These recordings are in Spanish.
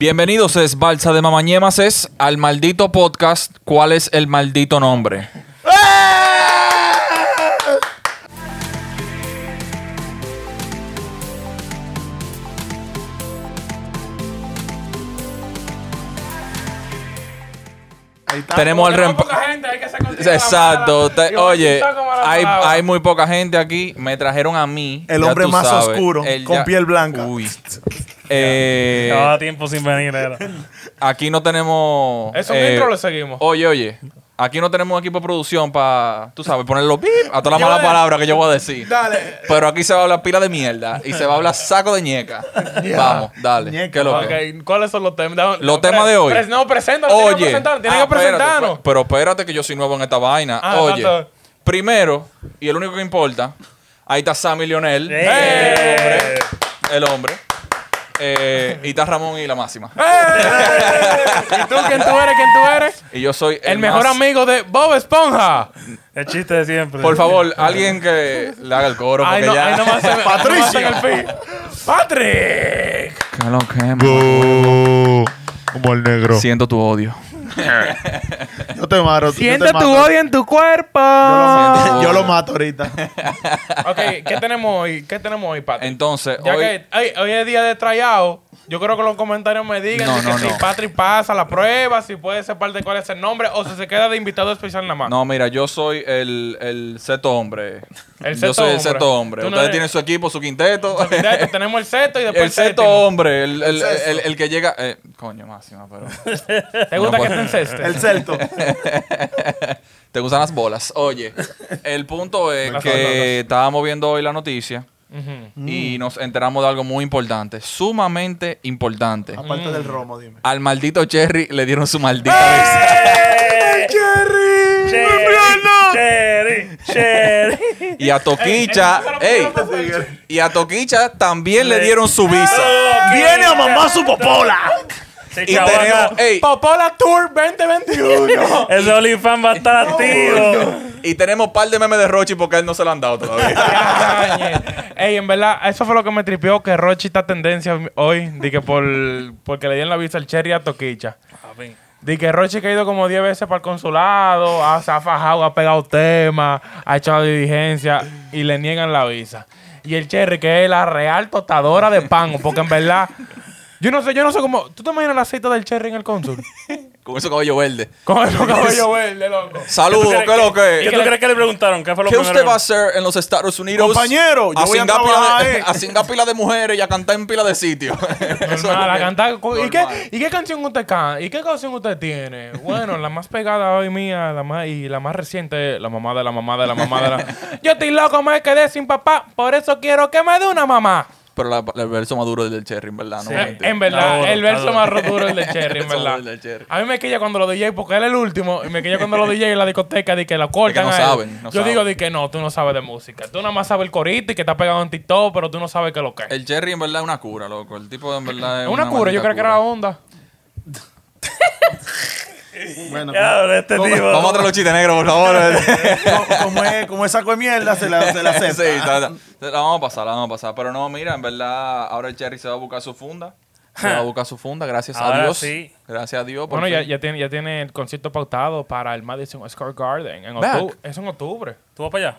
Bienvenidos, es Balsa de Mamañemas, es al maldito podcast. ¿Cuál es el maldito nombre? Ahí está. Tenemos Porque al no rempa- poca gente, hay que ser contigo Exacto. la palabra. te- Dios, oye, está como la hay, palabra. hay muy poca gente aquí. Me trajeron a mí. El ya hombre tú más sabes. oscuro, El con piel blanca. Uy. Eh, Llevaba tiempo sin venir, era. aquí no tenemos. Es un eh, intro, lo seguimos. Oye, oye. Aquí no tenemos equipo de producción para, tú sabes, ponerlo pip a todas las Yo malas voy a- palabras que yo voy a decir. Dale. Pero aquí se va a hablar pila de mierda y se va a hablar saco de ñeca. Vamos, dale. Ñeca. ¿Qué es lo que? Ok, ¿cuáles son los temas? Dame- Los pre- temas de hoy. pres- No, preséntanos. Tienen Oye, que presentarnos. Tienen Ah, que presentarnos. espérate, pero espérate que yo soy nuevo en esta vaina. Ah, Oye, tanto. primero, y el único que importa, ahí está Sammy Lionel, ¡Eh! el hombre. eh, y está Ramón y la máxima. Ah. ¡Ey! ¿Y tú quién tú eres? ¿Quién tú eres? Y yo soy El, el, mejor más- amigo de Bob Esponja. El chiste de siempre. Por favor, alguien que le haga el coro. Ay, Porque no, ya... ay, no me hacen- no me hacen Patricio. el pi. ¡Patrick! Que lo quemo. Como el negro. Siento tu odio. Yo te mato. Siente tu odio en tu cuerpo. Yo lo mato ahorita. Ok, ¿qué tenemos hoy? ¿Qué tenemos hoy, Patrick? Entonces, Ya hoy... que ay, hoy es día de tryout, yo creo que los comentarios me digan No, si, que no, si no. Patrick pasa la prueba, si puede ser parte de cuál es el nombre o si se queda de invitado especial nada más. No, mira, yo soy el, el seto hombre. El yo sexto soy el hombre. sexto hombre. Tú no Ustedes eres- tienen su equipo, su quinteto. Ya, esto, tenemos el sexto y después El el sexto séptimo. hombre, el, el, el- el que llega. eh, coño, máxima, pero. ¿Te gusta No, que pues. esté en sexto? El celto. Te gustan las bolas. Oye, el punto es Las bolas. que estábamos viendo hoy la noticia Ujú. y nos enteramos de algo muy importante, sumamente Mm. importante. Aparte del romo, dime. Al maldito Cherry le dieron su maldita ¡Eh! ¡Jerry! ¡Sherry! ¡Sherry! ¡Sherry! visa. Y a Toquicha, ey, y a Toquicha también le dieron su visa. ¡Viene a mamá su popola! Se Y chavó tenemos, acá. ey, Popola Tour 2021. El OnlyFans va a estar activo. y tenemos par de memes de Rochi porque a él no se lo han dado todavía. Cañe. Ey, en verdad, eso fue lo que me tripió que Rochi está tendencia hoy. Di que por, porque le dieron la visa al Cherry a Toquicha. Di que Roche que ha ido como 10 veces para el consulado, ha, se ha fajado, ha pegado temas, ha echado diligencia y le niegan la visa. Y el Cherry, que es la real tostadora de pan, porque en verdad, yo no sé, yo no sé cómo. ¿Tú te imaginas la cita del Cherry en el cónsul? Con ese cabello verde. Con el cabello verde, loco. Saludos, ¿qué es lo que? ¿Qué tú crees que le preguntaron? ¿Qué fue lo ¿Qué primero usted que- va a hacer en los Estados Unidos? Compañero, yo a voy a cingar pila trabajar, de, eh. a cingar pila de mujeres y a cantar en pila de sitios. Eso es Normal, lo a que- cantar. co- ¿Y normal. qué, ¿Y qué canción usted canta? ¿Y qué canción usted tiene? Bueno, la más pegada hoy mía, la más y la más reciente, la mamá de la mamá de la mamá de la. Yo estoy loco, me quedé sin papá, por eso quiero que me dé una mamá. Pero la- la- el verso más duro es el del Cherry, en verdad. No Sí. Eh, Mentira. En verdad, Está duro, el está verso duro. más duro es el de Cherry, en Eso verdad. es el de Cherry. A mí me quilla cuando lo DJ, porque él es el último, y me quilla cuando lo DJ en la discoteca, de que lo cortan. no a él. saben, no Yo saben. digo de que no, tú no sabes de música. Tú nada más sabes el corito y que está pegado en TikTok, pero tú no sabes qué es lo que es. El Cherry, en verdad, es una cura, loco. El tipo, en verdad, es Es una cura, yo creo que era la onda. Bueno, Ya, bro, este Vamos tipo. vamos a traer los chistes negros, por favor. Eh, como, como es, como es saco de mierda, se la, se la sí, acepta. está- está. la vamos a pasar, la vamos a pasar. Pero no, mira, en verdad, ahora el Cherry se va a buscar su funda. Se va a buscar su funda, gracias a Ahora Dios. sí. Gracias a Dios. por Bueno, ya, fin. ya, tiene, ya tiene el concierto pautado para el Madison Square Garden. En Back. octubre. Es en octubre. ¿Tú vas para allá?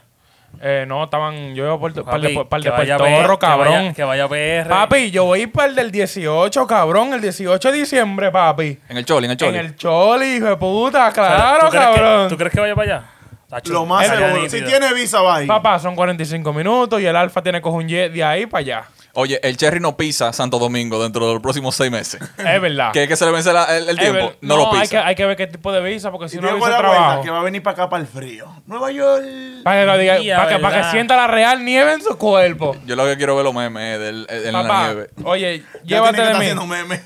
Eh, no, estaban. Yo iba por par Papi, de, par de que vaya Puerto a ver- Rico, Que cabrón. vaya, que vaya a PR. Papi, yo voy para el del 18, cabrón. El 18 de diciembre, papi. En el Choli, en el Choli. En el Choli, hijo de puta, O sea, claro, ¿tú crees que- cabrón. ¿Tú crees que vaya para allá? Tacho, Lo más allá seguro. Si nítido. tiene visa, va ahí. Papá, son 45 minutos y el Alfa tiene que coger un jet de ahí para allá. Oye, el Cherry no pisa Santo Domingo dentro de los próximos seis meses. Es verdad. que, que se le vence la- el, el Ah. Es tiempo. ver- No, lo pisa. Eh, Hay que, hay que ver qué tipo de visa, porque si Y no, luego visa la de vuelta, trabajo. que va a venir para acá, para el frío. Nueva York. Para que, lo diga- Día, para que, para que ¿verdad? sienta la real nieve en su cuerpo. Yo lo que quiero ver los memes eh, del, en la Papá, nieve. oye, Ya tiene llévate que estar de haciendo mí. memes.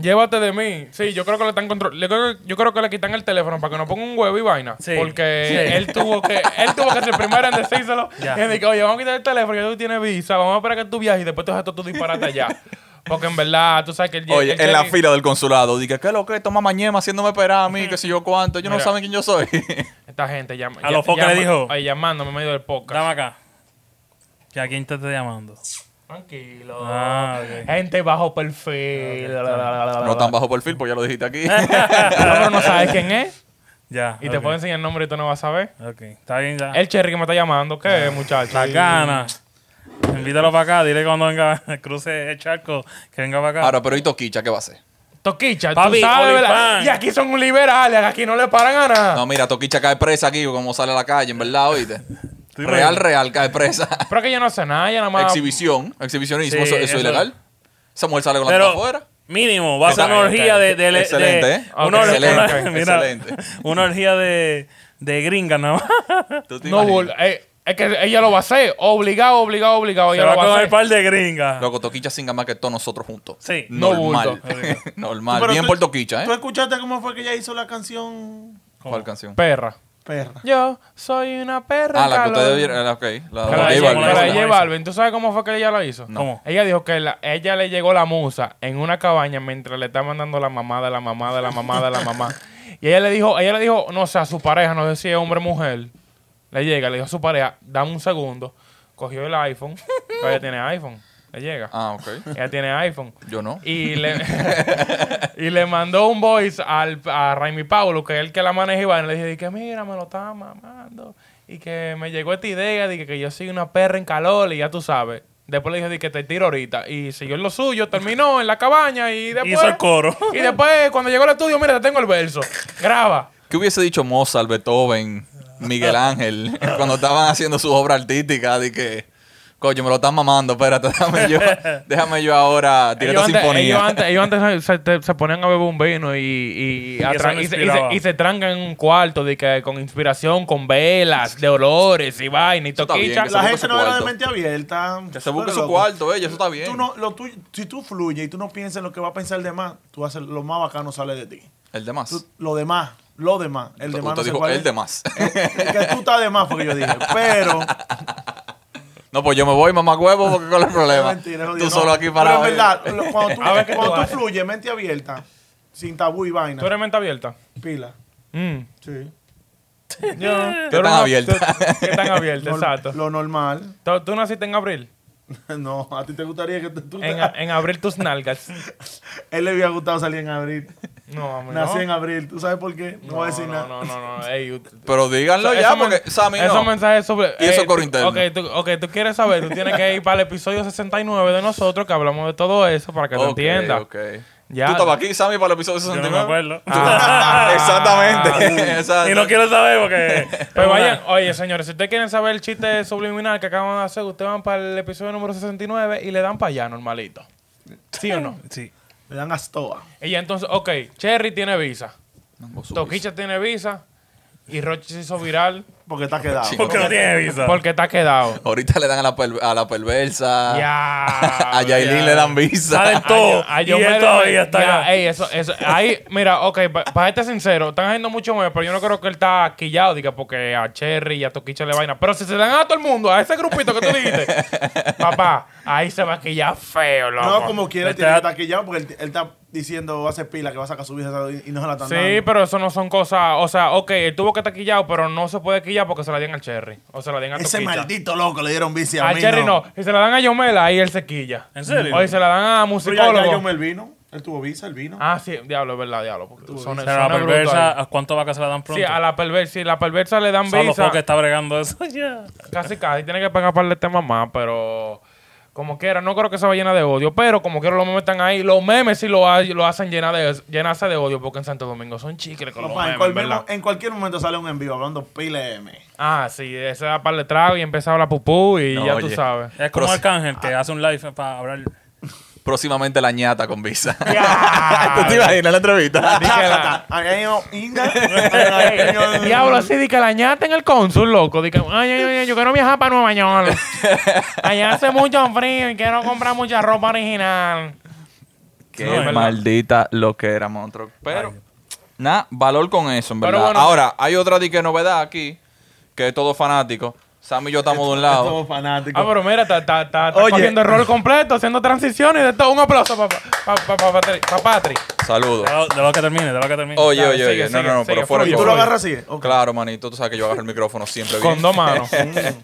Llévate de mí. Sí, yo creo que le están control... le- Yo creo que le quitan el teléfono para que no ponga un huevo y vaina. Sí. Porque Sí. él tuvo que él tuvo que ser el primero en decírselo. Ya. Y él dijo, oye, vamos a quitar el teléfono, ya tú tienes visa, vamos a esperar que tú viajes y después tú haces todo tu disparate allá. Porque en verdad, tú sabes que el Oye, el en la Jerry- Mm. fila del consulado, dije, ¿qué es lo que? Toma mañema haciéndome esperar a mí, que si yo cuánto. Ellos no Mira. saben quién yo soy. Esta gente llama. A los focos llama- le dijo. Oye, llamándome en medio del podcast. Dame acá. ¿Que a quién te estoy llamando? Tranquilo. Ah, ok. Gente bajo perfil. La, la, la, la, No tan bajo perfil, pues ya lo dijiste aquí. Pero no sabes quién es. Ya. Y te ok. puedo enseñar el nombre y tú no vas a saber. Ok, está bien ya. El Cherry que me está llamando. ¿Qué es, muchacho? Las ganas. Invítalo para acá, dile cuando venga, cruce el charco, que venga para acá. Ahora, pero ¿y Toquicha qué va a hacer? Toquicha, Papi, tú sabes, ¿verdad? OnlyFans. Y aquí son liberales, aquí no le paran a nada. No, mira, Toquicha cae presa aquí, como sale a la calle, en verdad, oíste. Real, real, cae presa. Pero es que yo no sé nada, yo nada más. Exhibición, exhibicionismo, Sí, eso, eso es eso- ilegal. Esa mujer sale con la Pero cara afuera. mínimo, va a ser Está una bien, orgía está de, bien. de, de- Excelente, ¿eh? una Ok. orgía- Excelente, mira, excelente. Una orgía de, de gringa nada más. ¿Tú te no, imaginas? bol- eh, es que ella lo va a hacer. Obligado, obligado, obligado. Se Ella va lo va con a el hacer. par de gringas. Loco, Toquicha singa más que todos nosotros juntos. Sí. No Normal. bulto. Normal. Pero Bien tú- por Toquicha, ¿Tú ¿eh? escuchaste cómo fue que ella hizo la canción ¿Cuál canción? Perra. Perra? Yo soy una perra. Ah, la que Carlos. ustedes vieron. ah, Ok. La Para de J ella, Balvin. para J ella Balvin. Balvin. ¿Tú sabes cómo fue que ella lo hizo? ¿Cómo? Ella dijo que la- ella le llegó la musa en una cabaña mientras le está mandando la mamada, la mamada, la mamada, la mamá. Y ella le dijo, ella le dijo, no sé, a su pareja, no sé si es hombre o mujer. Le llega, le dijo a su pareja, dame un segundo. Cogió el iPhone. pero ella tiene iPhone. Le llega. Ah, ok. Ella tiene iPhone. Yo no. Y le, y le mandó un voice al, a Raimi Paulo, que es el que la maneja y va, y le dije, que mira, me lo estaba mamando. Y que me llegó esta idea de que, que yo soy una perra en calor y ya tú sabes. Después le dije di que te tiro ahorita. Y siguió en lo suyo, terminó en la cabaña y después... Hizo el coro. Y después, cuando llegó al estudio, mira, te tengo el verso. Graba. ¿Qué hubiese dicho Mozart, Beethoven, Miguel Ángel cuando estaban haciendo sus obras artísticas? De que, coño, me lo están mamando, espérate, déjame yo, déjame yo ahora tirar Ellos esta antes, ellos sinfonía. antes, ellos antes se, te- se ponían a beber un vino y, y, a eso tra- lo y se, y se- inspiraba. y se trancan en un cuarto de que, con inspiración, con velas, de olores y vaina y Eso está bien, toquicha. que se La busque gente su no era de cuarto. mente abierta. Que se busque Pero, su loco, cuarto, ella, eso está bien. Tú no, lo tuyo- si tú fluyes y tú no piensas en lo que va a pensar el demás, tú haces lo más bacano sale de ti. El demás. Tú- lo demás, lo demás, el demás. Usted no sé dijo, cuál el es. demás. El que tú estás de más fue que yo dije. Pero. no, pues yo me voy, mamá huevo, porque cuál es el problema. mentira, tú jodido, no. solo aquí para. Pero en verdad, lo- cuando tú, A ver qué tú cuando tú haces. fluyes, mente abierta, sin tabú y vaina, ¿Tú eres mente abierta? pila. Mm. Sí. Yo, Que tan abierta. Que tan abierta, Nor- exacto. Lo normal. ¿Tú, tú naciste en abril. No, a ti te gustaría que te- tú. te- En, a- en abril tus nalgas. Él le había gustado salir en abril. No, hombre. Nací no. en abril. ¿Tú sabes por qué? No, voy a decir no, nada. no, no, no. Ey, ut- Pero díganlo Eso- ya, esos porque men- Sammy Esos no. mensajes sobre. Y eso eh, corre tú- interno. Ok, tú, ok, tú quieres saber, tú tienes que ir para el episodio 69 de nosotros que hablamos de todo eso para que Ok, lo entiendas. ok. Ya. Tú estabas aquí, Sammy, para el episodio Yo 69. no me acuerdo. Ah. Exactamente. Exacto. y no quiero saber porque. Pues es una- vayan, oye señores, si ustedes quieren saber el chiste subliminal que acabamos de hacer, ustedes van para el episodio número 69 y le dan para allá, normalito. ¿Sí o no? Sí. Me dan astoa. Y ya entonces, ok, Cherry tiene visa, Mango sushi. Toquicha tiene visa y Roche se hizo viral Porque está quedado. Chico. Porque no tiene visa. porque está quedado. Ahorita le dan a la, per- a la perversa. Ya. Ah. A Yailin le dan visa. Salen todos. A Y yo él me- todavía está Ya, acá. ey, eso, eso. Ahí, mira, ok, para ser sincero, están haciendo mucho meme, pero yo no creo que él está quillado, diga, porque a Cherry y a Toquicha le vaina. Pero si se dan a todo el mundo, a ese grupito que tú dijiste, papá, ahí se va a quillar feo, loco. No, como quiera, Este Está- tiene que estar aquí ya, porque él, él está diciendo, va a hacer pila, que va a sacar su visa y no se la están Sí, dando. pero eso no son cosas. O sea, ok, él tuvo que estar quillado, pero no se puede quillar porque se la den al Cherry. O se la den a Ese Toquicha. maldito loco le dieron bici a Al mí. Cherry Ah, no. Si se la dan a Yomela, ahí él se quilla. ¿En serio? O si se la dan a Pero ya, ya yo musicólogo. me el vino. Él tuvo visa, el vino. Ah, sí, diablo, es verdad, diablo. porque Son, Pero a la suena bruto ahí. perversa, ¿a cuánto va que se la dan pronto? Sí, a la perversa. Si la perversa le dan Solo visa, que está bregando eso. ya. casi casi tiene que pagar para este mamá, pero como quiera, no creo que se va llena de odio, pero como quiera los memes están ahí, los memes sí lo, ha- lo hacen llena de, llenarse de odio porque en Santo Domingo son chicles con los Papá, en, memes, cual- ¿verdad? en cualquier momento sale un envío hablando pila de M. Ah, sí, se da par de trago y empezaba la pupú y No, ya tú oye. sabes. Es como Pero- Arcángel que hace un live para hablar. Próximamente la ñata con visa. Ya. ¿Tú te imaginas la entrevista? Di que la- Diablo, así de que la ñata en el cónsul, loco. De que, ay, ay, ay, yo quiero viajar para Nueva York. Allá hace mucho frío y quiero comprar mucha ropa original. Qué No, es verdad. maldita lo que era, monstruo. Pero, nada, valor con eso, en Pero verdad. bueno. Ahora, hay otra di que novedad aquí, que es todo fanático. Sam y yo estamos de un lado. Somos fanáticos. Ah, pero mira, está, está, está, está Oye. cogiendo el rol completo, haciendo transiciones de todo. Un aplauso para pa, pa, pa, Patri- pa Patrick. Saludos. De lo, de lo que termine, de lo que termine. Oye, Dale, oye, sigue, oye. No, sigue, no, no, sigue, pero fuera de fluye. ¿Y tú coño. lo agarras así? Ok. Claro, manito, tú sabes que yo agarro el micrófono siempre bien. Ah, Con dos manos.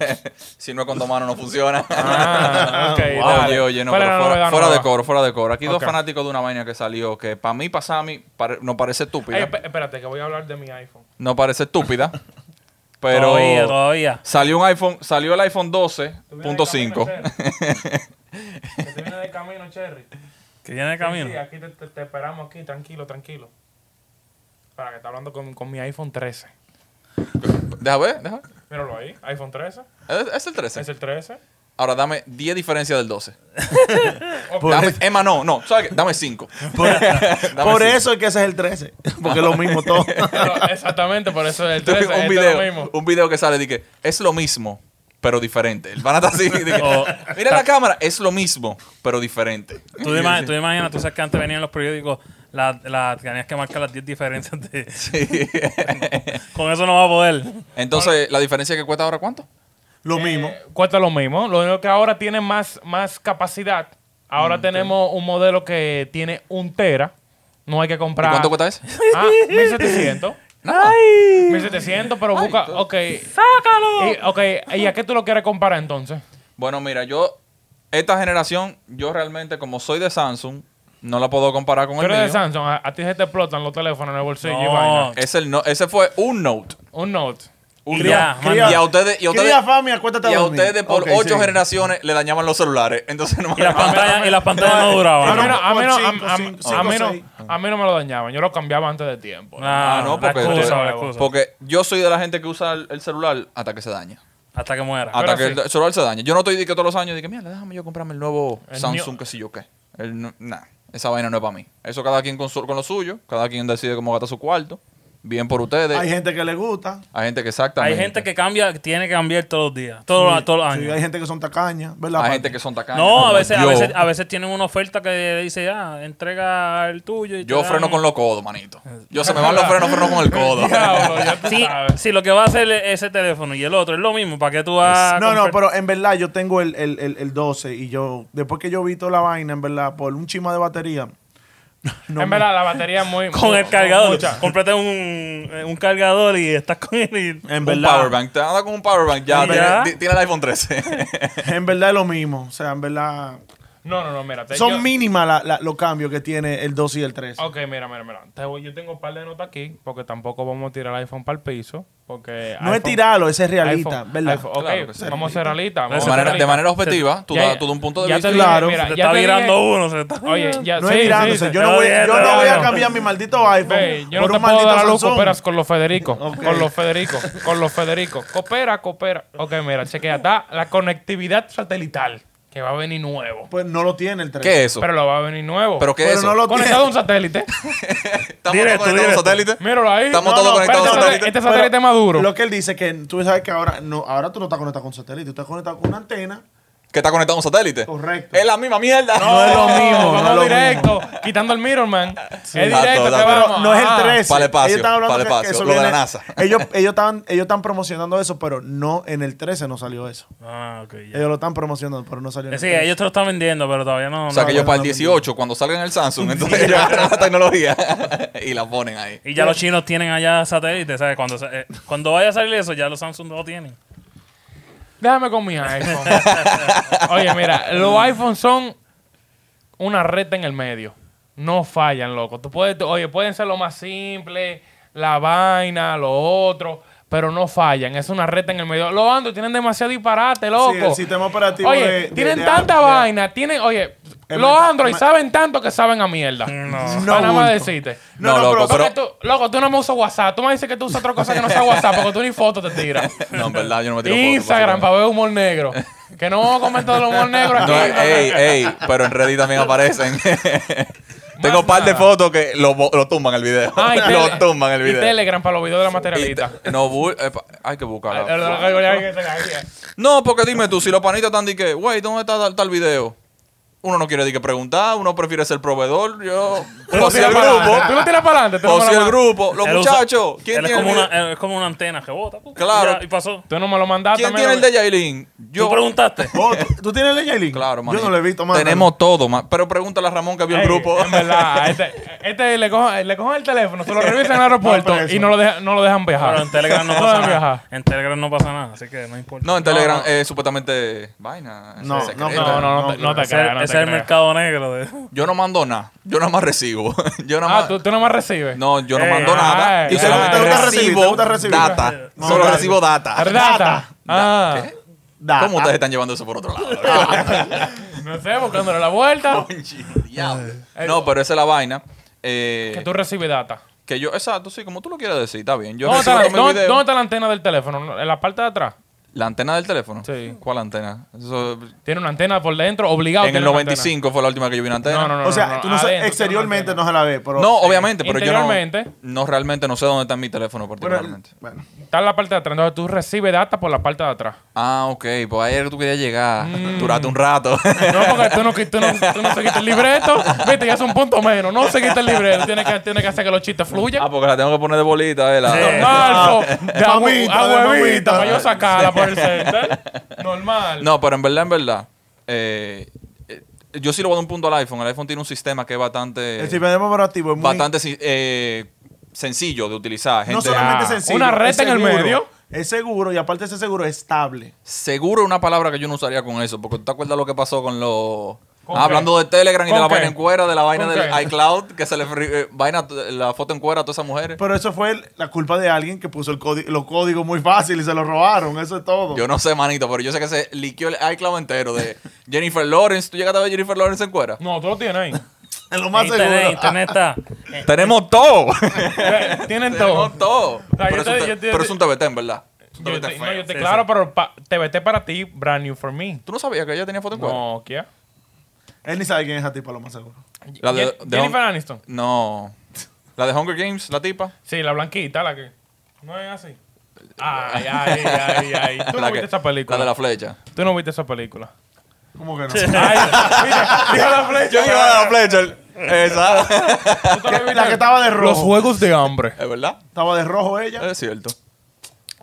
si no es con dos manos no funciona. Ah, ok, Wow, dale. Oye, oye, no, ¿Cuál pero es la fuera, novedad fuera de nueva? coro, fuera de coro. Aquí dos Ok. fanáticos de una vaina que salió que para mí, para Sammy, pare- nos parece estúpida. Ey, esp- espérate, que voy a hablar de mi iPhone. nos parece estúpida. pero Todavía, todavía. salió un iPhone, salió el iPhone Tú vienes de 12.5. camino, Cherry. Que tú vienes de camino, Cherry. Que viene el Sí, camino. aquí te, te- te esperamos aquí, tranquilo, tranquilo. Para que está hablando con, con mi iPhone 13. deja ver, deja. ver. Míralo ahí, iPhone 13. Es, es el 13. Es el 13. Ahora dame 10 diferencias del 12. Ok. Dame, Emma, no, no, ¿sabes qué? Dame 5. Por, por sí. eso es que ese es el 13. Porque es lo mismo todo. Pero exactamente, por eso es el 13. un esto es lo video, mismo. un video que sale de que es lo mismo, pero diferente. El pana está así. de que, O- Mira la cámara, es lo mismo, pero diferente. Tú te, imaginas, tú te imaginas, tú sabes que antes venían los periódicos, la, la, tenías que marcar las 10 diferencias. de- Sí. con eso no va a poder. Entonces, ¿la diferencia que cuesta ahora cuánto? Lo Eh, mismo. Cuesta lo mismo. Lo único que ahora tiene más, más capacidad. Mm, Ahora tenemos un modelo que tiene un tera. No hay que ¿Y comprar. cuánto cuesta ese? Ah, 1700. ¡Ay! 1700, pero busca. tú- Ok. ¡Sácalo! Y, ok, ¿y a qué tú lo quieres comparar entonces? Bueno, mira, yo, esta generación, yo realmente, como soy de Samsung, no la puedo comparar con Tú el eres de mío. Samsung, a, a ti se te explotan los teléfonos en el bolsillo y No. vaina. Es el no- ese fue un Note. Un Note. Un ah, Cría, Note. manda. y a ustedes, y a ustedes, Querida familia, acuéstate a y a dormir. ustedes por Ok, ocho sí. generaciones le dañaban los celulares. Entonces no Y las pantallas, y las pantallas no A duraban. mí Ah, no- a mí no- Por a- cinco, a- cinco, a- a mí cinco, no- seis. a mí no me lo dañaban, yo lo cambiaba antes de tiempo. Ah, no, porque- la excusa, porque- la excusa. Porque yo soy de la gente que usa el, el celular hasta que se daña. Hasta que muera. Hasta que sí. el celular se daña. Yo no estoy de que todos los años de que, mira, déjame yo comprarme el nuevo El Samsung, new- que sé yo qué. El nu- nah, esa vaina no es para mí. Eso cada quien con, su- con lo suyo, cada quien decide cómo gasta su cuarto. Bien por ustedes. Hay Hay, gente que le gusta. gente que exactamente. Hay gente que cambia, tiene que cambiar todos los días, todos, los- todos los Sí, años. hay gente que son tacañas, ¿verdad? Hay Pati? gente que son tacaños. No, a como veces, a yo. veces, a veces tienen una oferta que dice, ah, entrega el tuyo. Y te Yo dan- freno con los codos, manito. Yo se me van los frenos, freno con el codo. Diablo, ya tú Sí, sabes. sí, lo que va a hacer es ese teléfono y el otro es lo mismo, ¿para qué tú Ah, vas a No, no, comprar? pero en verdad yo tengo el, el, el, el 12 y yo, después que yo vi toda la vaina, en verdad, por un chima de batería. No en me- verdad, la batería es muy. Con muy- el cargador. mucha. Cómprate un, eh, un cargador y estás con él. Y... en un verdad, power bank. Te anda con un power bank. Ya, Y ya. tiene- ti- tiene el iPhone 13. en verdad es lo mismo. O sea, en verdad. No, no, no, mira. te- yo- Son mínimas la- la- los cambios que tiene el 12 y el 13. Ok, mira, mira, mira. Te voy- yo tengo un par de notas aquí, porque tampoco vamos a tirar el iPhone para el piso. Porque No es iPhone- tirarlo, ese es realista, iPhone- ¿verdad? iPhone- ok, Claro que sí. vamos a ser realistas. vamos De a ser manera, de realistas. manera objetiva, tú Ya- das tú das un punto de ya te vista. dije, Claro. mira, se ya está te dije- virando uno. Se está... Oye, ya No sí, es sí, mirándose. sí. yo, no Está voy, bien, yo no está voy a bien. cambiar mi maldito iPhone. Ve, yo no por te un puedo maldito dar a luz, Samsung. cooperas con los Federico. Ok. Con los Federico. Con los Federico. Coopera, coopera. Ok, mira, chequea. Está la conectividad satelital, que va a venir nuevo. Pues no lo tiene el 13. ¿Qué es eso? Pero lo va a venir nuevo. ¿Pero qué es Pero eso? no lo tiene. Conectado a un satélite. ¿Estamos todos Directo, conectados a un satélite? Míralo ahí. Estamos No, todos no, conectados a un espérate, satélite. Este satélite Pero más duro. Lo que él dice que tú sabes que ahora no, ahora tú no estás conectado con satélite, tú estás conectado con una antena. que está conectado a un satélite. Correcto. Es la misma mierda. No es lo mismo, Vamos no es lo directo. Quitando el mirror, man. es Exacto, directo, te exacto. vamos. Pero no es el Ajá. 13. Para el espacio, Ellos están hablando para el que- que espacio, eso lo de la viene- NASA. Ellos, ellos, están, ellos están promocionando eso, pero no en el 13 no salió eso. Ah, ok, ya. Ellos lo están promocionando, pero no salió en Eh, el Sí, 13. ellos te lo están vendiendo, pero todavía no. O sea no- que no, yo para el no, no, 18, cuando salgan el Samsung, entonces ya agarran la tecnología y la ponen ahí. Y ya los chinos tienen allá satélites, ¿sabes? Cuando, sa- eh, cuando vaya a salir eso, ya los Samsung no lo tienen. Déjame con mi iPhone. Oye, mira, los iPhones son una reta en el medio. No fallan, loco. Tú puedes, tú- oye, pueden ser lo más simple, la vaina, lo otro, pero no fallan. Es una reta en el medio. Los Android tienen demasiado disparate, loco. el sistema operativo Oye, de- de- tienen de- tanta de- vaina, tienen, oye, Es los meta- Android ma- saben tanto que saben a mierda. No. No, Nada más bulto. decirte. No, loco, pero- Porque tú- loco, tú no me usas WhatsApp. Tú me dices que tú usas otra cosa que no sea WhatsApp porque tú ni foto te tiras. No, en verdad, yo no me tiro fotos, Instagram por favor. para ver humor negro. Que no vamos a comentar el humor negro aquí. No, ey, ey, pero en Reddit también aparecen. Tengo un par de nada. fotos que lo, bo- lo tumban el video. Ah, y lo tele- tumban el Y video. Telegram para los videos de la Y materialista. te- no, bu- eh, pa- hay que El- el- buscarla. el- el- el- el- el- No, porque dime tú, si los panitas están de que, güey, ¿dónde está tal, tal video? Uno no quiere de que preguntar, uno prefiere ser proveedor. Yo, O si el grupo. Tú lo tiras para adelante. tú no O me si lo el mandas. grupo. Los Él usa- muchachos. ¿Quién él es tiene como el, una, él es como una antena que bota. pu, Claro. ya, y pasó. Tú no me lo mandaste. ¿Quién me tiene lo- el de Yailin? Tú preguntaste. Oh, ¿tú, tú tienes el de Yailin? Claro, Yo manito. no lo he visto, más. Tenemos todo, ma- pero pregúntale a Ramón que vio Ey, el grupo. En verdad, a este, a este le, cojan, le cojan el teléfono, se lo revisan en el aeropuerto No, preso. y no lo, dejan, no lo dejan viajar. Pero en Telegram no lo pasa dejan nada. viajar. En Telegram no pasa nada, así que no importa. No, en Telegram no. eh, supuestamente vaina. No, ese secreto. no, No, no, no, te- no te Ese, creas. no te ese es el creas. mercado negro. De... Yo no mando nada. Yo nada más recibo. yo nada más. Ah, tú, tú nomás recibes. No, yo no Ey, mando ay, nada. ay, Y solo ¿te gusta recibir? recibo ¿te gusta recibir? data. No, solo data. recibo data. Data. Ah, Da- ¿Cómo ah, ustedes están llevando eso por otro lado? no sé, buscándole la vuelta. Diablo. no, pero esa es la vaina. Eh, Eh, que tú recibes data. que yo, exacto, sí, como tú lo quieras decir, está bien. Yo ¿Dónde está, recibo todos la, mis dónde- videos. dónde está la antena del teléfono? ¿En la parte de atrás? ¿La antena del teléfono? Sí. Ah, ¿Cuál antena? Eso- Tiene una antena por dentro, obligado. en tiene el una antena. 95 fue la última que yo vi una antena. No, no, no. o sea, no, no, tú no sabes, adentro, exteriormente tiene una no se la ve, pero. No, obviamente, pero yo no, Interiormente. no realmente no sé dónde está mi teléfono Bueno, particularmente. bueno. antena. Está en la parte de atrás. Entonces tú recibes data por la parte de atrás. Ah, ok, pues ayer tú querías llegar. Durate un rato. Mm. No, porque tú no, qui- tú no, tú no seguiste el libreto. Viste, ya es un punto menos. No seguiste el libreto. Tienes que, tienes que hacer que los chistes fluyan. ah, eh, porque la tengo que poner de bolita, eh, la- Normal, po. de a, hue- Mamita, a de huevita, mamita. para yo sacarla por el center. Normal. No, pero en verdad, en verdad. eh, eh, yo sí lo voy a dar un punto al iPhone. El iPhone tiene un sistema que es bastante. El sistema operativo es muy. bastante si- eh, sencillo de utilizar. no Gente, solamente Ah, sencillo. una red es en el seguro. medio. Es seguro y aparte ese seguro es estable. Seguro una palabra que yo no usaría con eso. Porque tú te acuerdas lo que pasó con los. ¿Con Ah, qué? hablando de Telegram y de ¿Con la qué? vaina en cuera, de la vaina ¿Con del qué? iCloud, que se le fri- eh, vaina la foto en cuera a todas esas mujeres. Pero eso fue el- la culpa de alguien que puso el códi- los códigos muy fácil y se los robaron. Eso es todo. Yo no sé, manito, pero yo sé que se liqueó el iCloud entero de Jennifer Lawrence. ¿Tú llegaste a ver Jennifer Lawrence en cuera? No, tú lo tienes ahí. es lo más internet, seguro. internet está. ¡Tenemos todo! Eh, Tienen todo. ¡Tenemos todo! sea, Pero yo es te- un te- yo te- pero es un TBT, en verdad. Es un Yo TBT te, feo. no, yo te- Sí, claro, sí. pero pa- TBT para ti, brand new for me. ¿Tú no sabías que ella tenía foto en cuera? No, ¿qué? Ah, Él ni sabe quién es a ti, para lo más seguro. La de- Jen- de Jennifer Hong- Aniston. No. La de Hunger Games, la tipa. Sí, la blanquita, la que. No es así. Ay, ay, ay, ay. Tú La no que- viste esa película. La de la flecha. Tú no viste esa película. ¿Cómo que no? Ay, mira, dijo la flecha. Yo digo la flecha. Esa. ¿Tú te la viste? La que estaba de rojo. Los juegos de hambre. ¿Es verdad? Estaba de rojo ella. Es cierto.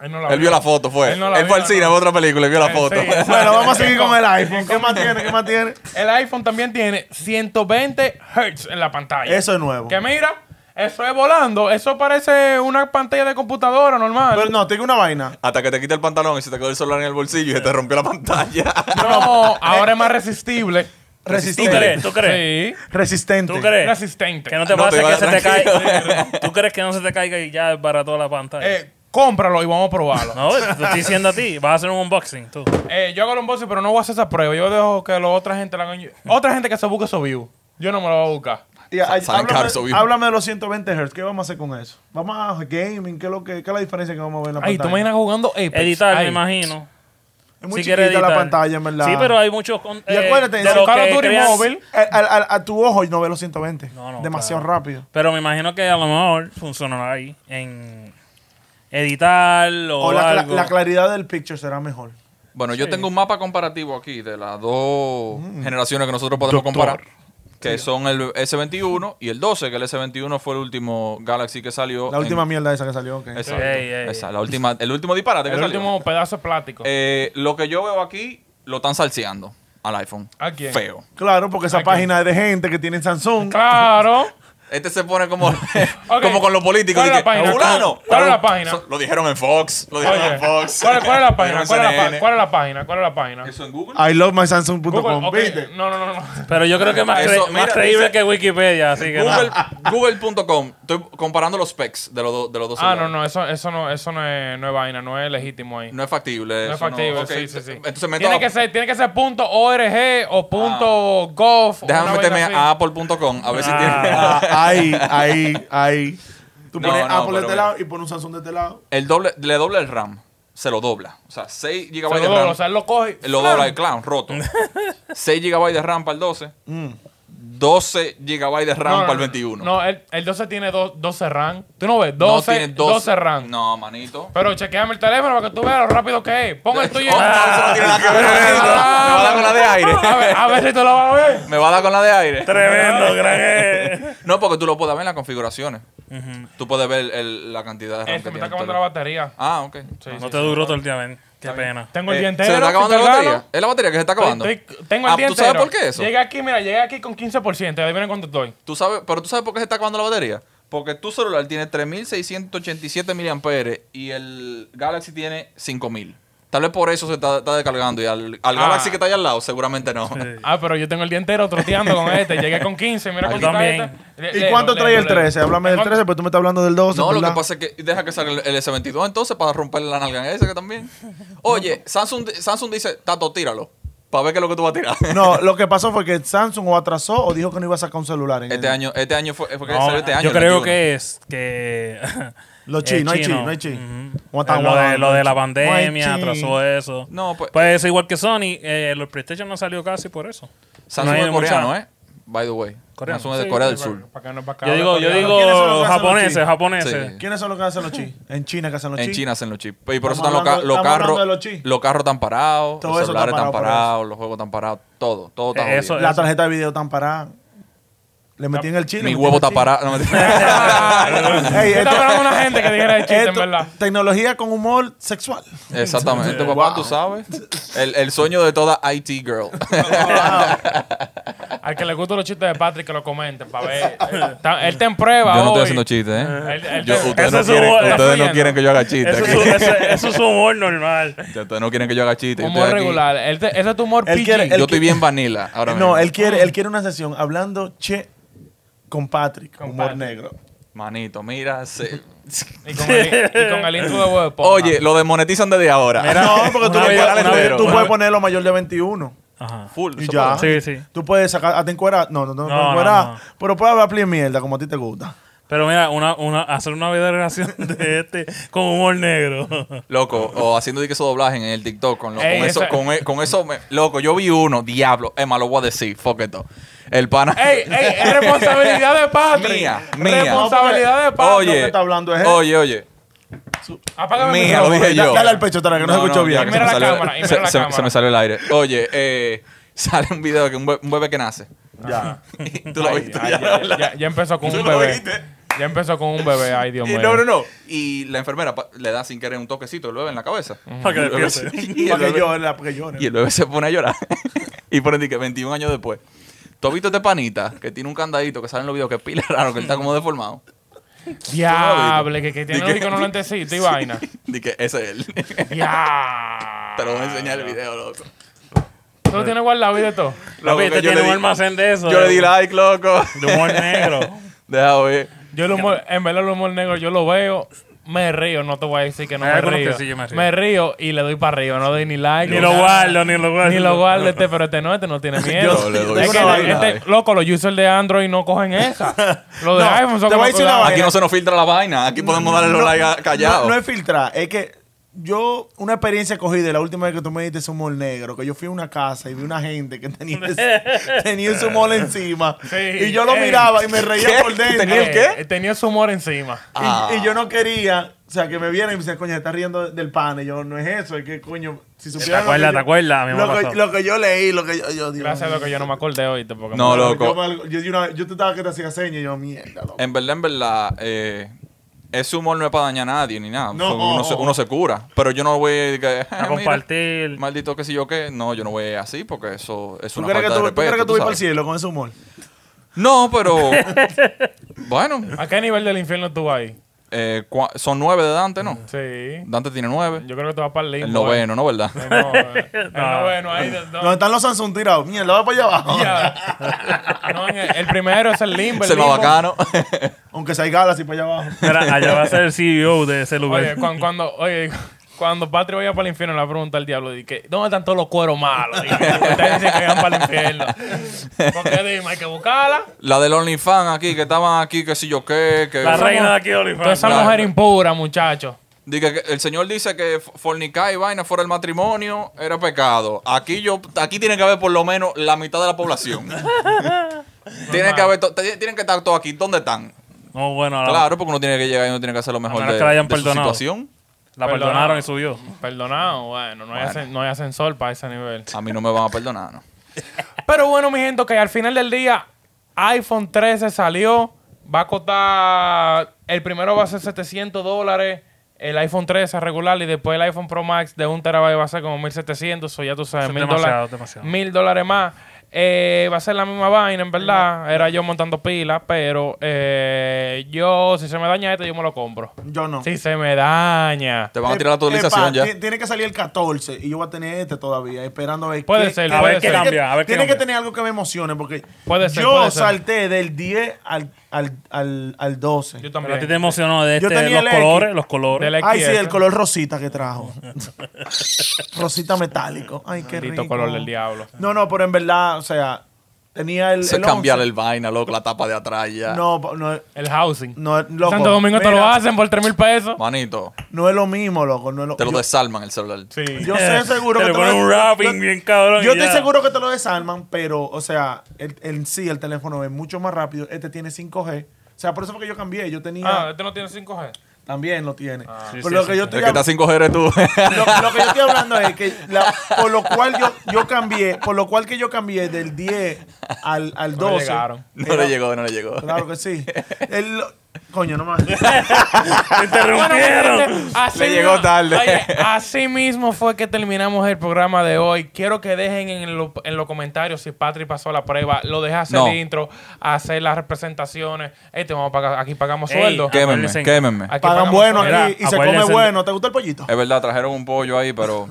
Él, no la Él vio la foto, fue. Él Él, no la fue vio, al cine, no. a otra película y vio la Eh, foto. sí, exacto. Bueno, vamos a seguir con el iPhone. ¿Qué más tiene? ¿Qué más tiene? El iPhone también tiene 120 Hz en la pantalla. Eso es nuevo. Que mira, eso es volando. Eso parece una pantalla de computadora normal. Pero no, tengo una vaina. Hasta que te quita el pantalón y se te quedó el celular en el bolsillo y se te rompió la pantalla. No, ahora es más resistible. ¿Tú Resistente. crees? ¿Tú crees? Sí. Resistente. ¿Tú crees? Resistente. Eh. Que no te No, pasa te va- que se te tranquilo. caiga. ¿Tú crees que no se te caiga y ya desbarató la pantalla? Eh, cómpralo y vamos a probarlo. No, te estoy diciendo a ti. Vas a hacer un unboxing tú. Eh, yo hago el unboxing, pero no voy a hacer esa prueba. Yo dejo que la otra gente la hagan. Otra gente que se busque eso vivo. Yo no me lo voy a buscar. Y, ay, salen caros, háblame, obvio. háblame de los 120 Hz. ¿Qué vamos a hacer con eso? Vamos a gaming. ¿Qué es, lo que, qué es la diferencia que vamos a ver en la Ay, tú pantalla? me imaginas jugando Apex. Editar, Ay. me imagino. Es muy Si quieres chiquita la editar. pantalla, en verdad. Sí, pero hay muchos. con- eh, Y acuérdate, de si los Call of que Duty crean- móvil. A, Eh, a- a tu ojo y no ve los 120. No, no, Demasiado claro. rápido. Pero me imagino que a lo mejor funcionará ahí. En editar o, O la, la- algo. la claridad del picture será mejor. Bueno, yo tengo un mapa comparativo aquí de las dos generaciones que nosotros podemos comparar, que son el S21 y el 12, que el S21 fue el último Galaxy que salió. La en- última mierda esa que salió. ok. Exacto. Ey, ey, Esa, la última, el último disparate que El salió. último pedazo de plástico. Eh, lo que yo veo aquí, lo están salseando al iPhone. ¿A quién? Feo. Claro, porque esa página es de gente que tiene Samsung. Claro. Este se pone como, Ok. como con los políticos. ¿Cuál es de la página? "Fulano". ¿Cuál es la página? So- Lo dijeron en Fox. Lo dijeron Oye, en Fox. ¿cuál, cuál es la Lo página? dijeron ¿Cuál es la, CNN. pa- ¿Cuál es la página? ¿Cuál es la página? ¿Eso en Google? I love my Samsung.com. Google, ok. ¿viste? No, no, no, no. Pero yo creo que es más, Eso, cre- mira, más creíble dice- que Wikipedia, así que Google- no. Ah. Google.com. Estoy comparando los specs de los, dos- de los dos. Ah, no, celulares. no, eso, eso no, eso no es, no es vaina, no es legítimo ahí. No es factible. eso No es factible, ok, sí, sí, sí. Entonces meto tiene, a- que ser, tiene que ser punto .org o punto .gov. o Déjame una meterme vaina a así. apple.com a ver si tiene. Ah, ahí, ahí, ahí. Tú No, pones no, Apple de pero este bueno. lado y pones un Samsung de este lado. El doble, le dobla el RAM. Se lo dobla. O sea, 6 GB Se lo de doblo, RAM. o sea, él lo coge. Mm. lo dobla el clown, roto. 6 GB de RAM para el 12. 12 GB de RAM para el 21. No, el, el 12 tiene dos- 12 RAM. ¿Tú no ves? 12, tiene 12, RAM. No, manito. Pero chequeame el teléfono para que tú veas lo rápido que es. Pon el tuyo. Ah, Oh, no, eso no tiene nada que ver con esto. Me va a dar con la de A aire. ver, a ver si tú lo vas a ver. Me va a dar con la de aire. Tremendo, gran. e- eh. No, porque tú lo puedes ver en las configuraciones. Tú puedes ver el- la cantidad de RAM Eh, se que me tiene está el acabando la teléfono. batería. Ah, ok. Sí, sí, No te sí. duró todo el día, ven. Qué pena. Tengo el Eh, día ¿Se entero. me está acabando la sin cargarlo. batería? ¿Es la batería que se está acabando? Estoy- tengo el Ah, día ¿Tú sabes entero. por qué eso? Llegué aquí, mira, llegué aquí con 15%. Adivinen cuánto estoy. ¿Tú sabes, pero tú sabes por qué se está acabando la batería. Porque tu celular tiene 3687 mAh y el Galaxy tiene 5000. Tal vez por eso se está, está descargando. Y al, al Ah. Galaxy que está allá al lado, seguramente no. Ah, pero yo tengo el día entero troteando con este. Llegué con 15, mira Yo cuánto está también. este. Le- ¿Y eh, léelo, cuánto trae léelo, el léelo. 13? Háblame del ¿Cuánto- 13, pues tú me estás hablando del 12. No, lo que ¿verdad? pasa es que deja que salga el, el S22 entonces para romper la nalga en ese que también. Oye, Samsung, di- Samsung dice, Tato, tíralo. Para ver qué es lo que tú vas a tirar. No, lo que pasó fue que Samsung o atrasó o dijo que no iba a sacar un celular. En Este el- año, este año fue, fue que No, salió este año. yo el creo 21. que es que Los es chi, no hay chi, chino. no hay chi. Ujú. Guatán, Eh, lo, de, guatán, lo de la no hay chi. pandemia No hay chi. atrasó eso. No, pues- pues igual que Sony, eh, los PlayStation no salió casi por eso. Samsung No hay es coreano, mucha- ¿eh? By the way. Coreano. Samsung es de Sí, Corea sí, del para- Sur. para que no- para que Yo hable digo, yo coreano. ¿Quiénes son los que digo hacen los japoneses, chinos? japoneses. Sí. ¿Quiénes son los que hacen los chi? En China que hacen los En chi. China hacen los chips. Y por Estamos eso están los, ca- hablando- los estamos hablando carros. de los chips. Los carros están parados, Todo los eso celulares está están parado por eso. parados, los juegos están parados, todo, todo está Eh, eso- jodido. La tarjeta de video tan parada. Le metí en el chile. Mi huevo está parado. No, mentira. Ey, Yo esto- estaba esperando una gente que dijera el chiste, en esto- verdad. Tecnología con humor sexual. Exactamente, papá, tú sabes. El, el sueño de toda IT girl. Al que le gustan los chistes de Patrick, que lo comenten para ver. Está- Él te en prueba yo no hoy. estoy haciendo chistes, Él- ¿eh? él- Yo- ustedes Ese no, es su quieren, humor, ustedes está no quieren que yo haga chistes. Eso, es aquí. su- ese- eso es su humor normal. Ustedes no quieren que yo haga chistes. yo Humor estoy aquí. regular. Él te- Ese es tu humor Él PG. quiere- él- Yo estoy bien vanilla ahora mismo. No, él Ah. quiere, él quiere una sesión hablando che con Patrick, Con humor Patrick. negro. Manito, mira. se- Y con el, y con el intro de huevo de Esponja. Oye, lo demonetizan desde ahora. no, porque tú, una lo vida- puedes, una vida- tú una puedes vida- ponerlo mayor de 21. Ajá. Full. Y se ya. puede. Sí, sí. Tú puedes sacar, hasta encuera. No, no, no, No, no, encuera, no. Pero puedes hablar plin mierda como a ti te gusta. Pero mira, una, una, hacer una videograbación de este con humor negro. Loco, o haciendo de que eso doblaje en el TikTok con, lo- Ey, con eso, esa- con, e- con eso, me- loco, yo vi uno, diablo, Emma, lo voy a decir, fuck it, though. El pana. ¡Ey, ey! Es responsabilidad de Patrick. Mía, mía. Responsabilidad de Patrick. oye, que está hablando es él. oye, oye. Apágame el Mía, lo micrófono. dije Da- yo. dale al pecho, Tara, que no se ya escuchó bien. que se Mira me la salió- cámara, y mira se- la se- cámara. se me salió el aire. Oye, eh, sale un video de que un, bue- un bebé que nace. Ya. Tú lo Ay, viste. ay, ya, ya, ¿verdad? ya- ya empezó con Tú un lo bebé. viste. Ya empezó con un bebé. Ay, Dios Y mío. no, no, no. Y la enfermera pa- le da sin querer un toquecito al bebé en la cabeza. Para que Y el bebé despierte. se- y el Para bebé- que llore, para que llore. Y el bebé se pone a llorar. y por que 21 años después. ¿Tú has visto este panita que tiene un candadito que sale en los videos que es pila raro, que él está como deformado? Diable, que, que tiene Di que- los iconos lentecitos y vaina. Y que ese es él. Ya. Te lo voy a enseñar el video, loco. ¿Tú lo tienes guardado y de todo? Lo este Loco, viste, que yo este le tiene un di- almacén de eso. Yo le di de- like, loco. De humor negro. Ah, Deja ver. Yo el humor, en verdad el humor negro yo lo veo, me río, no te voy a decir que no Hay me algunos río. que sí, yo me río. río y le doy para arriba, no doy ni like. ni lo nada. guardo, ni lo guardo. Ni lo guardo este, pero este no, este no tiene miedo. Yo le doy Es que una este- vaina, este- eh. loco, los users de Android no cogen esa. Los de No, iPhone son te voy a como decir que- una vaina. Aquí no se nos filtra la vaina. Aquí podemos darle los likes callados. No, no es filtrar, es que yo, una experiencia cogí de la última vez que tú me diste ese humor negro, que yo fui a una casa y vi una gente que tenía ese, tenía ese humor encima. Sí. y yo lo Eh. miraba y me reía ¿Qué? por dentro. ¿Tenía el Eh, qué? Tenía su humor encima. Y, Ah. y yo no quería, o sea, que me vieran y me decían, coño, está riendo del pan. Y yo, no es eso, es que coño, si supieran. lo que acuerdas, yo- te acuerdas? A mí me Lo, pasó. que, lo que yo leí, lo que yo. yo Dios Gracias a mío. lo que yo no me acordé hoy. Porque No, me- lo- Yo, Loco. me algo- yo, di una vez- yo te estaba que te hacía señas y yo, mierda, loco. En verdad, en verdad, eh, ese humor no es para dañar a nadie ni nada. No. oh, Son- uno, se, uno se cura. Pero yo no voy a decir que, "Ah, A mira, compartir. maldito que si yo qué. No, yo no voy así porque eso es ¿Tú una crees falta que de tú, tú respeto. crees que tú tú vas para sabes. el cielo con ese humor? No, pero. bueno, ¿A qué nivel del infierno tú vas ahí? eh, cua- son nueve de Dante, ¿no? Sí. Dante tiene nueve. Yo creo que tú vas para el limbo. El eh. noveno, ¿no? ¿Verdad? Eh, no, eh. El No. noveno ahí. de- no. ¿Dónde están los Samsung tirados? Mierda, va para allá abajo. Ya. No, en el, el primero es el limbo. Es el más limbo. bacano. Aunque sea Galaxy para allá abajo. Mira, allá va a ser el CEO de ese lugar. Oye, cuando, cuando, oye, cuando Patri vaya para el infierno, le va a preguntar al diablo: di que, ¿Dónde están todos los cueros malos? Di que ustedes dicen que van para el infierno. Porque dime, hay que buscarla. La del OnlyFans aquí, que estaban aquí, que si yo qué. Que la reina de aquí, Oliver. Toda esa Claro. mujer impura, muchacho. Dice que el Señor dice que f- fornicar y vaina fuera del matrimonio era pecado. Aquí yo, aquí tiene que haber por lo menos la mitad de la población. Tienen que, haber to- te- tienen que estar todos aquí. ¿Dónde están? No, bueno, la, Claro, porque uno tiene que llegar y uno tiene que hacer lo mejor Ah. menos de, que la hayan de su perdonado. situación. la perdonaron y subió. Perdonado, bueno, no hay, Bueno. asen- no hay ascensor para ese nivel. A mí no me van a perdonar, ¿no? Pero bueno, mi gente, que al final del día, iPhone 13 salió. Va a costar. El primero va a ser 700 dólares. El iPhone 13 regular y después el iPhone Pro Max de un terabyte va a ser como 1700. O ya tú sabes, Eso es mil demasiado, dólares. demasiado. Mil dólares más. Eh, va a ser la misma vaina, en verdad. Era yo montando pilas, pero eh, yo, si se me daña este, yo me lo compro. Yo no. Si se me daña. Te van a tirar la Epa, actualización ya. ti- Tiene que salir el 14 y yo voy a tener este todavía, esperando a ver Puede qué- ser, a puede ver qué ser. tiene que- Cambia, a ver qué Tiene que cambia. tener algo que me emocione porque Puede ser, yo puede ser. salté del 10 al, al, al, al 12. Yo Pero a ti también. te emocionó de Yo este, tenía los el X. colores, los Del colores. X. ¿eh? Ay, sí, XS. el color rosita que trajo. rosita metálico. Ay, qué Maldito rico. color del diablo. No, no, pero en verdad, o sea, tenía el. Eso es el 11. cambiar el vaina, loco, la tapa de atrás ya. No, pa- no, El housing. no, loco, Santo Domingo te lo mira, hacen por 3 mil pesos. Manito, No es lo mismo, loco. No es lo, te lo yo, desarman el celular. Sí. yo sé seguro Te que le ponen lo- un yo- rapping bien cabrón. Yo y estoy ya. seguro que te lo desarman, pero, o sea, el, el- sí, el teléfono es mucho más rápido. Este tiene 5G. O sea, por eso fue que yo cambié. Yo tenía. Ah, este no tiene 5G. También lo tiene. pero Ah. Sí, lo, sí, que sí. yo El estoy que está hab- 5G eres tú. lo, lo que yo estoy hablando es que. la- por lo cual yo, yo cambié. Por lo cual que yo cambié del 10 al, al No 12. llegaron. no era- le llegó, no le llegó. Claro que sí. El- coño, no más. Te interrumpieron. este, Así Le llegó tarde. Oye, así mismo fue que terminamos el programa de hoy. Quiero que dejen en, lo- en los comentarios si Patrick pasó la prueba. Lo dejé hacer No. el intro, hacer las representaciones. Este, vamos a pagar, aquí pagamos Ey, sueldo. ¿qué? Quémenme, Acuérdense. quémenme. Aquí Pagan pagamos bueno sueldo. aquí y se come acuérdense de- bueno. ¿Te gusta el pollito? Es verdad, trajeron un pollo ahí, pero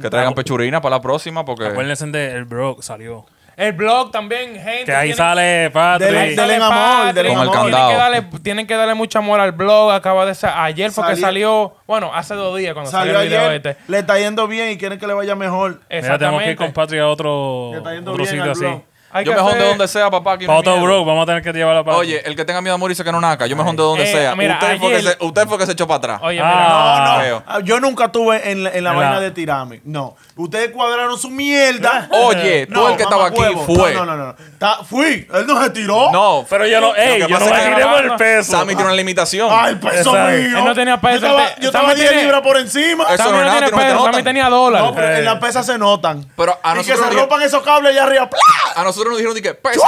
que traigan pechurina para la próxima porque... Acuérdense de El Bro salió. El blog también, gente. Que ahí tiene- sale Patrick. Dele- dele- Dale, amor, Patrick. dele Con el amor. Tienen que, candado. darle, tienen que darle mucho amor al blog. Acaba de sa- ayer fue que Salió- salió, bueno, hace dos días cuando salió, Salió el video ayer. este. Eh, Le está yendo bien y quieren que le vaya mejor. Mira, tenemos que ir Exactamente. con Patrick a otro, Le está yendo otro bien sitio al así. blog. Hay Yo que me jondo hacer- de donde sea, papá. aquí no Para hay otro miedo. Bro, vamos a tener que llevarlo para Oye, el que tenga miedo a morirse que no naca. Yo me jondo de donde Eh, sea. mira, usted, fue que ayer- se, usted fue que se echó para atrás. Oye, Ah. no. No, ah, yo nunca tuve en la, en la En vaina la- de tirame. No. Ustedes cuadraron su mierda. Oye, tú el que estaba aquí mamacuevo. fue. No, no, no. no. Ta- fui. Él no se tiró. No, Oh, pero yo no, ey, Lo que yo no pasa me es que tiré por el grabando- peso. Sammy tiene una limitación. Ay, peso Exacto. mío. Él no tenía peso, Yo estaba, te- yo estaba Sammy 10 tiene- libras por encima. Eso Sammy no es no nada, tiene tú no te peso, notas. Sammy tenía No, dólares. pero Eh. en la pesa se notan. Pero a y que nosotros se diría- rompan esos cables allá arriba. ¡Pla! A nosotros nos dijeron de que pesa.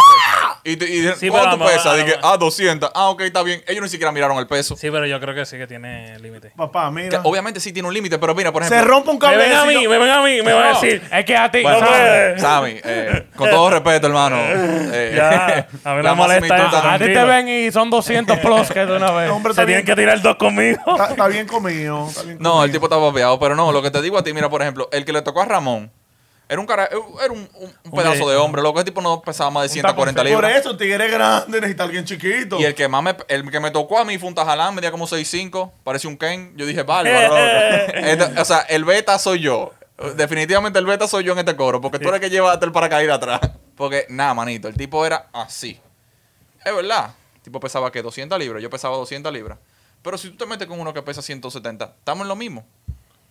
Y, te- y dijeron, Sí, pero ¿cuánto vamos, pesa? Dije, vamos. ah, 200. Ah, ok, está bien. Ellos ni siquiera miraron el peso. Sí, pero yo creo que sí que tiene límite. Papá, Que mira. obviamente sí tiene un límite, pero mira, por Se ejemplo. rompe un Me cable. ven a si mí, no- me ven a mí, me van a No, Eh, decir. es que a ti, Bueno, Sammy, pues, Sammy, eh, con todo respeto, hermano. eh, Ya, a mí no la me molesta máxima eso. a ti te tranquilo. ven y son 200 plus que de una vez. pues, Hombre, Se está tienen bien, que tirar dos conmigo. está, está bien comido. está bien No, el comido. tipo está papeado, pero no, lo que te digo a ti, mira, por ejemplo, el que le tocó a Ramón era un cara, era un, un- un pedazo de hombre, loco, ese tipo no pesaba más de 140 Por libras. eso, un tigre grande necesita alguien chiquito. Y el que más me, el que me tocó a mí fue un tajalán, medía como 6'5, parecía un Ken. Yo dije, vale, Este, o sea, el beta soy yo. Definitivamente el beta soy yo en este coro, porque tú eres el que lleva hasta el paracaídas atrás. Porque, nada, manito, el tipo era así. Es verdad. El tipo pesaba que 200 libras, yo pesaba 200 libras. Pero si tú te metes con uno que pesa 170, estamos en lo mismo.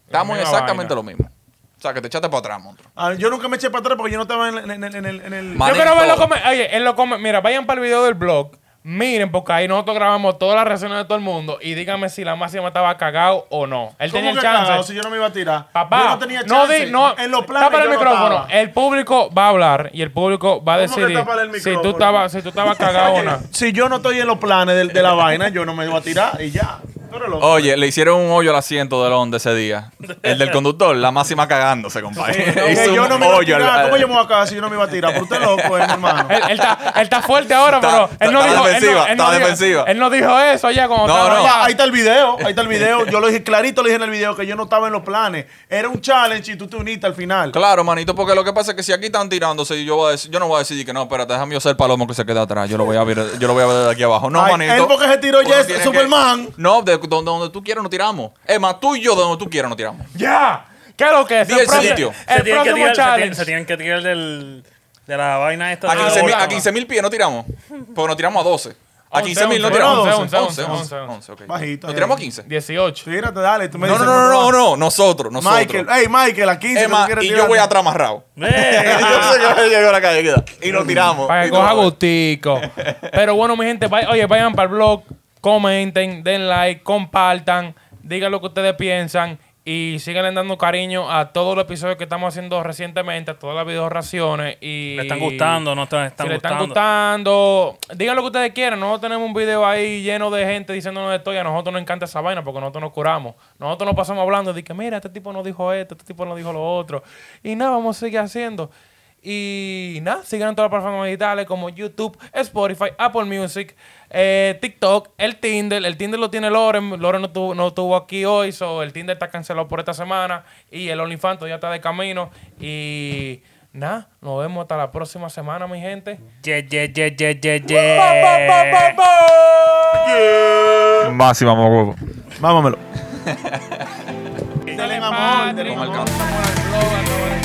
Estamos en misma exactamente vaina. lo mismo. O sea, que te echaste para atrás, monstruo. Ah, yo nunca me eché para atrás porque yo no estaba en, el- en el- en el- en el- Ma- Yo quiero Manito. verlo comer. Oye, él lo come. Mira, vayan para el video del blog. Miren, porque ahí nosotros grabamos todas las reacciones de todo el mundo. Y díganme si la máxima estaba cagado o no. Él ¿Cómo tenía el que chance. cagado? Si yo no me iba a tirar. Papá, Yo no tenía chance. di- no, en los planes tapa yo el no micrófono. estaba. el público va a hablar y el público va a ¿Cómo que decidir tápale el si tú micrófono? estabas si tú estabas cagado o no. Si yo no estoy en los planes del- de, la vaina, yo no me iba a tirar y ya. Pero lo- Oye, le hicieron un hoyo al asiento del onda ese día. El del conductor, la máxima cagándose, compadre. que Hizo yo un no me iba a hoyo al- tirar. ¿Cómo yo me voy a cagar si yo no me iba a tirar? Pero usted loco, es, mi hermano. Él, él está, él está fuerte ahora, Está- pero él no está dijo él no- defensiva, él no está dijo- defensiva. Él no dijo eso allá cuando No, estaba no. allá. Ya, ahí está el video, ahí está el video. Yo lo dije clarito, lo dije en el video que yo no estaba en los planes. Era un challenge y tú te uniste al final. Claro, manito, porque lo que pasa es que si aquí están tirándose y yo, voy a decir- yo no voy a decir que no, espérate, déjame yo ser el palomo que se queda atrás. Yo lo voy a ver, yo lo voy a ver desde aquí abajo. No, Ay, manito. él porque se tiró uno ya es tiene Superman. que- no, de donde, donde tú quieras no tiramos. Es más, tú y yo de donde tú quieras no tiramos. Ya. ¿Qué es lo que es? Di el próximo- sitio. El se, tienen que próximo tirar, se tienen- challenge. se tienen que tirar del, de la vaina esta. A de la 15 mil- bolsa. a 15 mil pies no tiramos. Porque nos tiramos a 12. A 15 mil, no once, tiramos. once, 11, once, 11, once, 11, once. ok. Bajito, Nos tiramos a ahí. 15. 18. Tírate, dale. Tú me No, no, dices no, cuánto no, va. no, nosotros, nosotros. Michael, hey, Michael, a 15. Es más, y yo voy atrás amarrado. Eh, yo sé que yo llego a la calle, queda. Y nos tiramos. Y Para que nos coja vamos. gustico. Pero bueno, mi gente, vay- oye, vayan para el blog, comenten, den like, compartan, digan lo que ustedes piensan y síganle dando cariño a todos los episodios que estamos haciendo recientemente, a todas las videoraciones y... le están gustando, no están, están si le están gustando. gustando, digan lo que ustedes quieran. Nosotros tenemos un video ahí lleno de gente diciéndonos esto y a nosotros nos encanta esa vaina porque nosotros nos curamos. Nosotros nos pasamos hablando de que, mira, este tipo no dijo esto, este tipo no dijo lo otro. Y nada, vamos a seguir haciendo. Y nada, sigan en todas las plataformas digitales como YouTube, Spotify, Apple Music, eh, TikTok, el Tinder. El Tinder lo tiene Loren. Loren no tuvo, no estuvo aquí hoy, so el Tinder está cancelado por esta semana. Y el OnlyFans ya está de camino. Y nada, nos vemos hasta la próxima semana, mi gente. Ye, ye, ye, ye, ye, ye. Máxima, mamá huevo. Vámonos. Dale, amor, Como dale, el amor. Vamos al blog, al blog.